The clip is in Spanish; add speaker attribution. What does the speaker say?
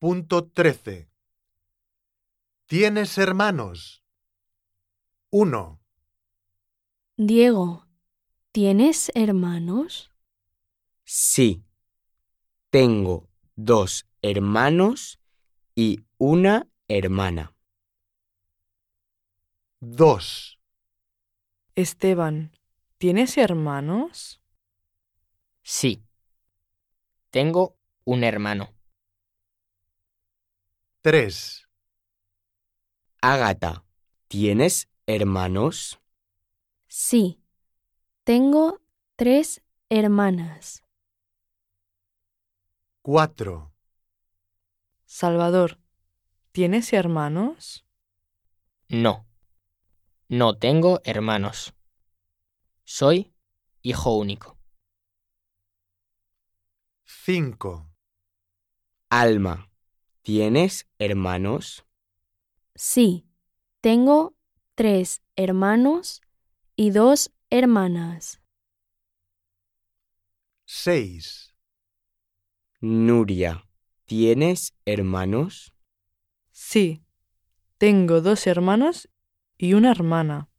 Speaker 1: 3.13 ¿Tienes hermanos? 1,
Speaker 2: Diego, ¿tienes hermanos?
Speaker 3: Sí. Tengo dos hermanos y una hermana.
Speaker 1: 2,
Speaker 4: Esteban, ¿tienes hermanos?
Speaker 5: Sí. Tengo un hermano.
Speaker 1: 3,
Speaker 3: Ágata, ¿tienes hermanos?
Speaker 2: Sí. Tengo tres hermanas.
Speaker 1: 4,
Speaker 4: Salvador, ¿tienes hermanos?
Speaker 5: No. No tengo hermanos. Soy hijo único.
Speaker 1: 5,
Speaker 3: Alma, ¿tienes hermanos?
Speaker 2: Sí. Tengo tres hermanos y dos hermanas.
Speaker 1: 6,
Speaker 3: Nuria, ¿tienes hermanos?
Speaker 4: Sí. Tengo dos hermanos y una hermana.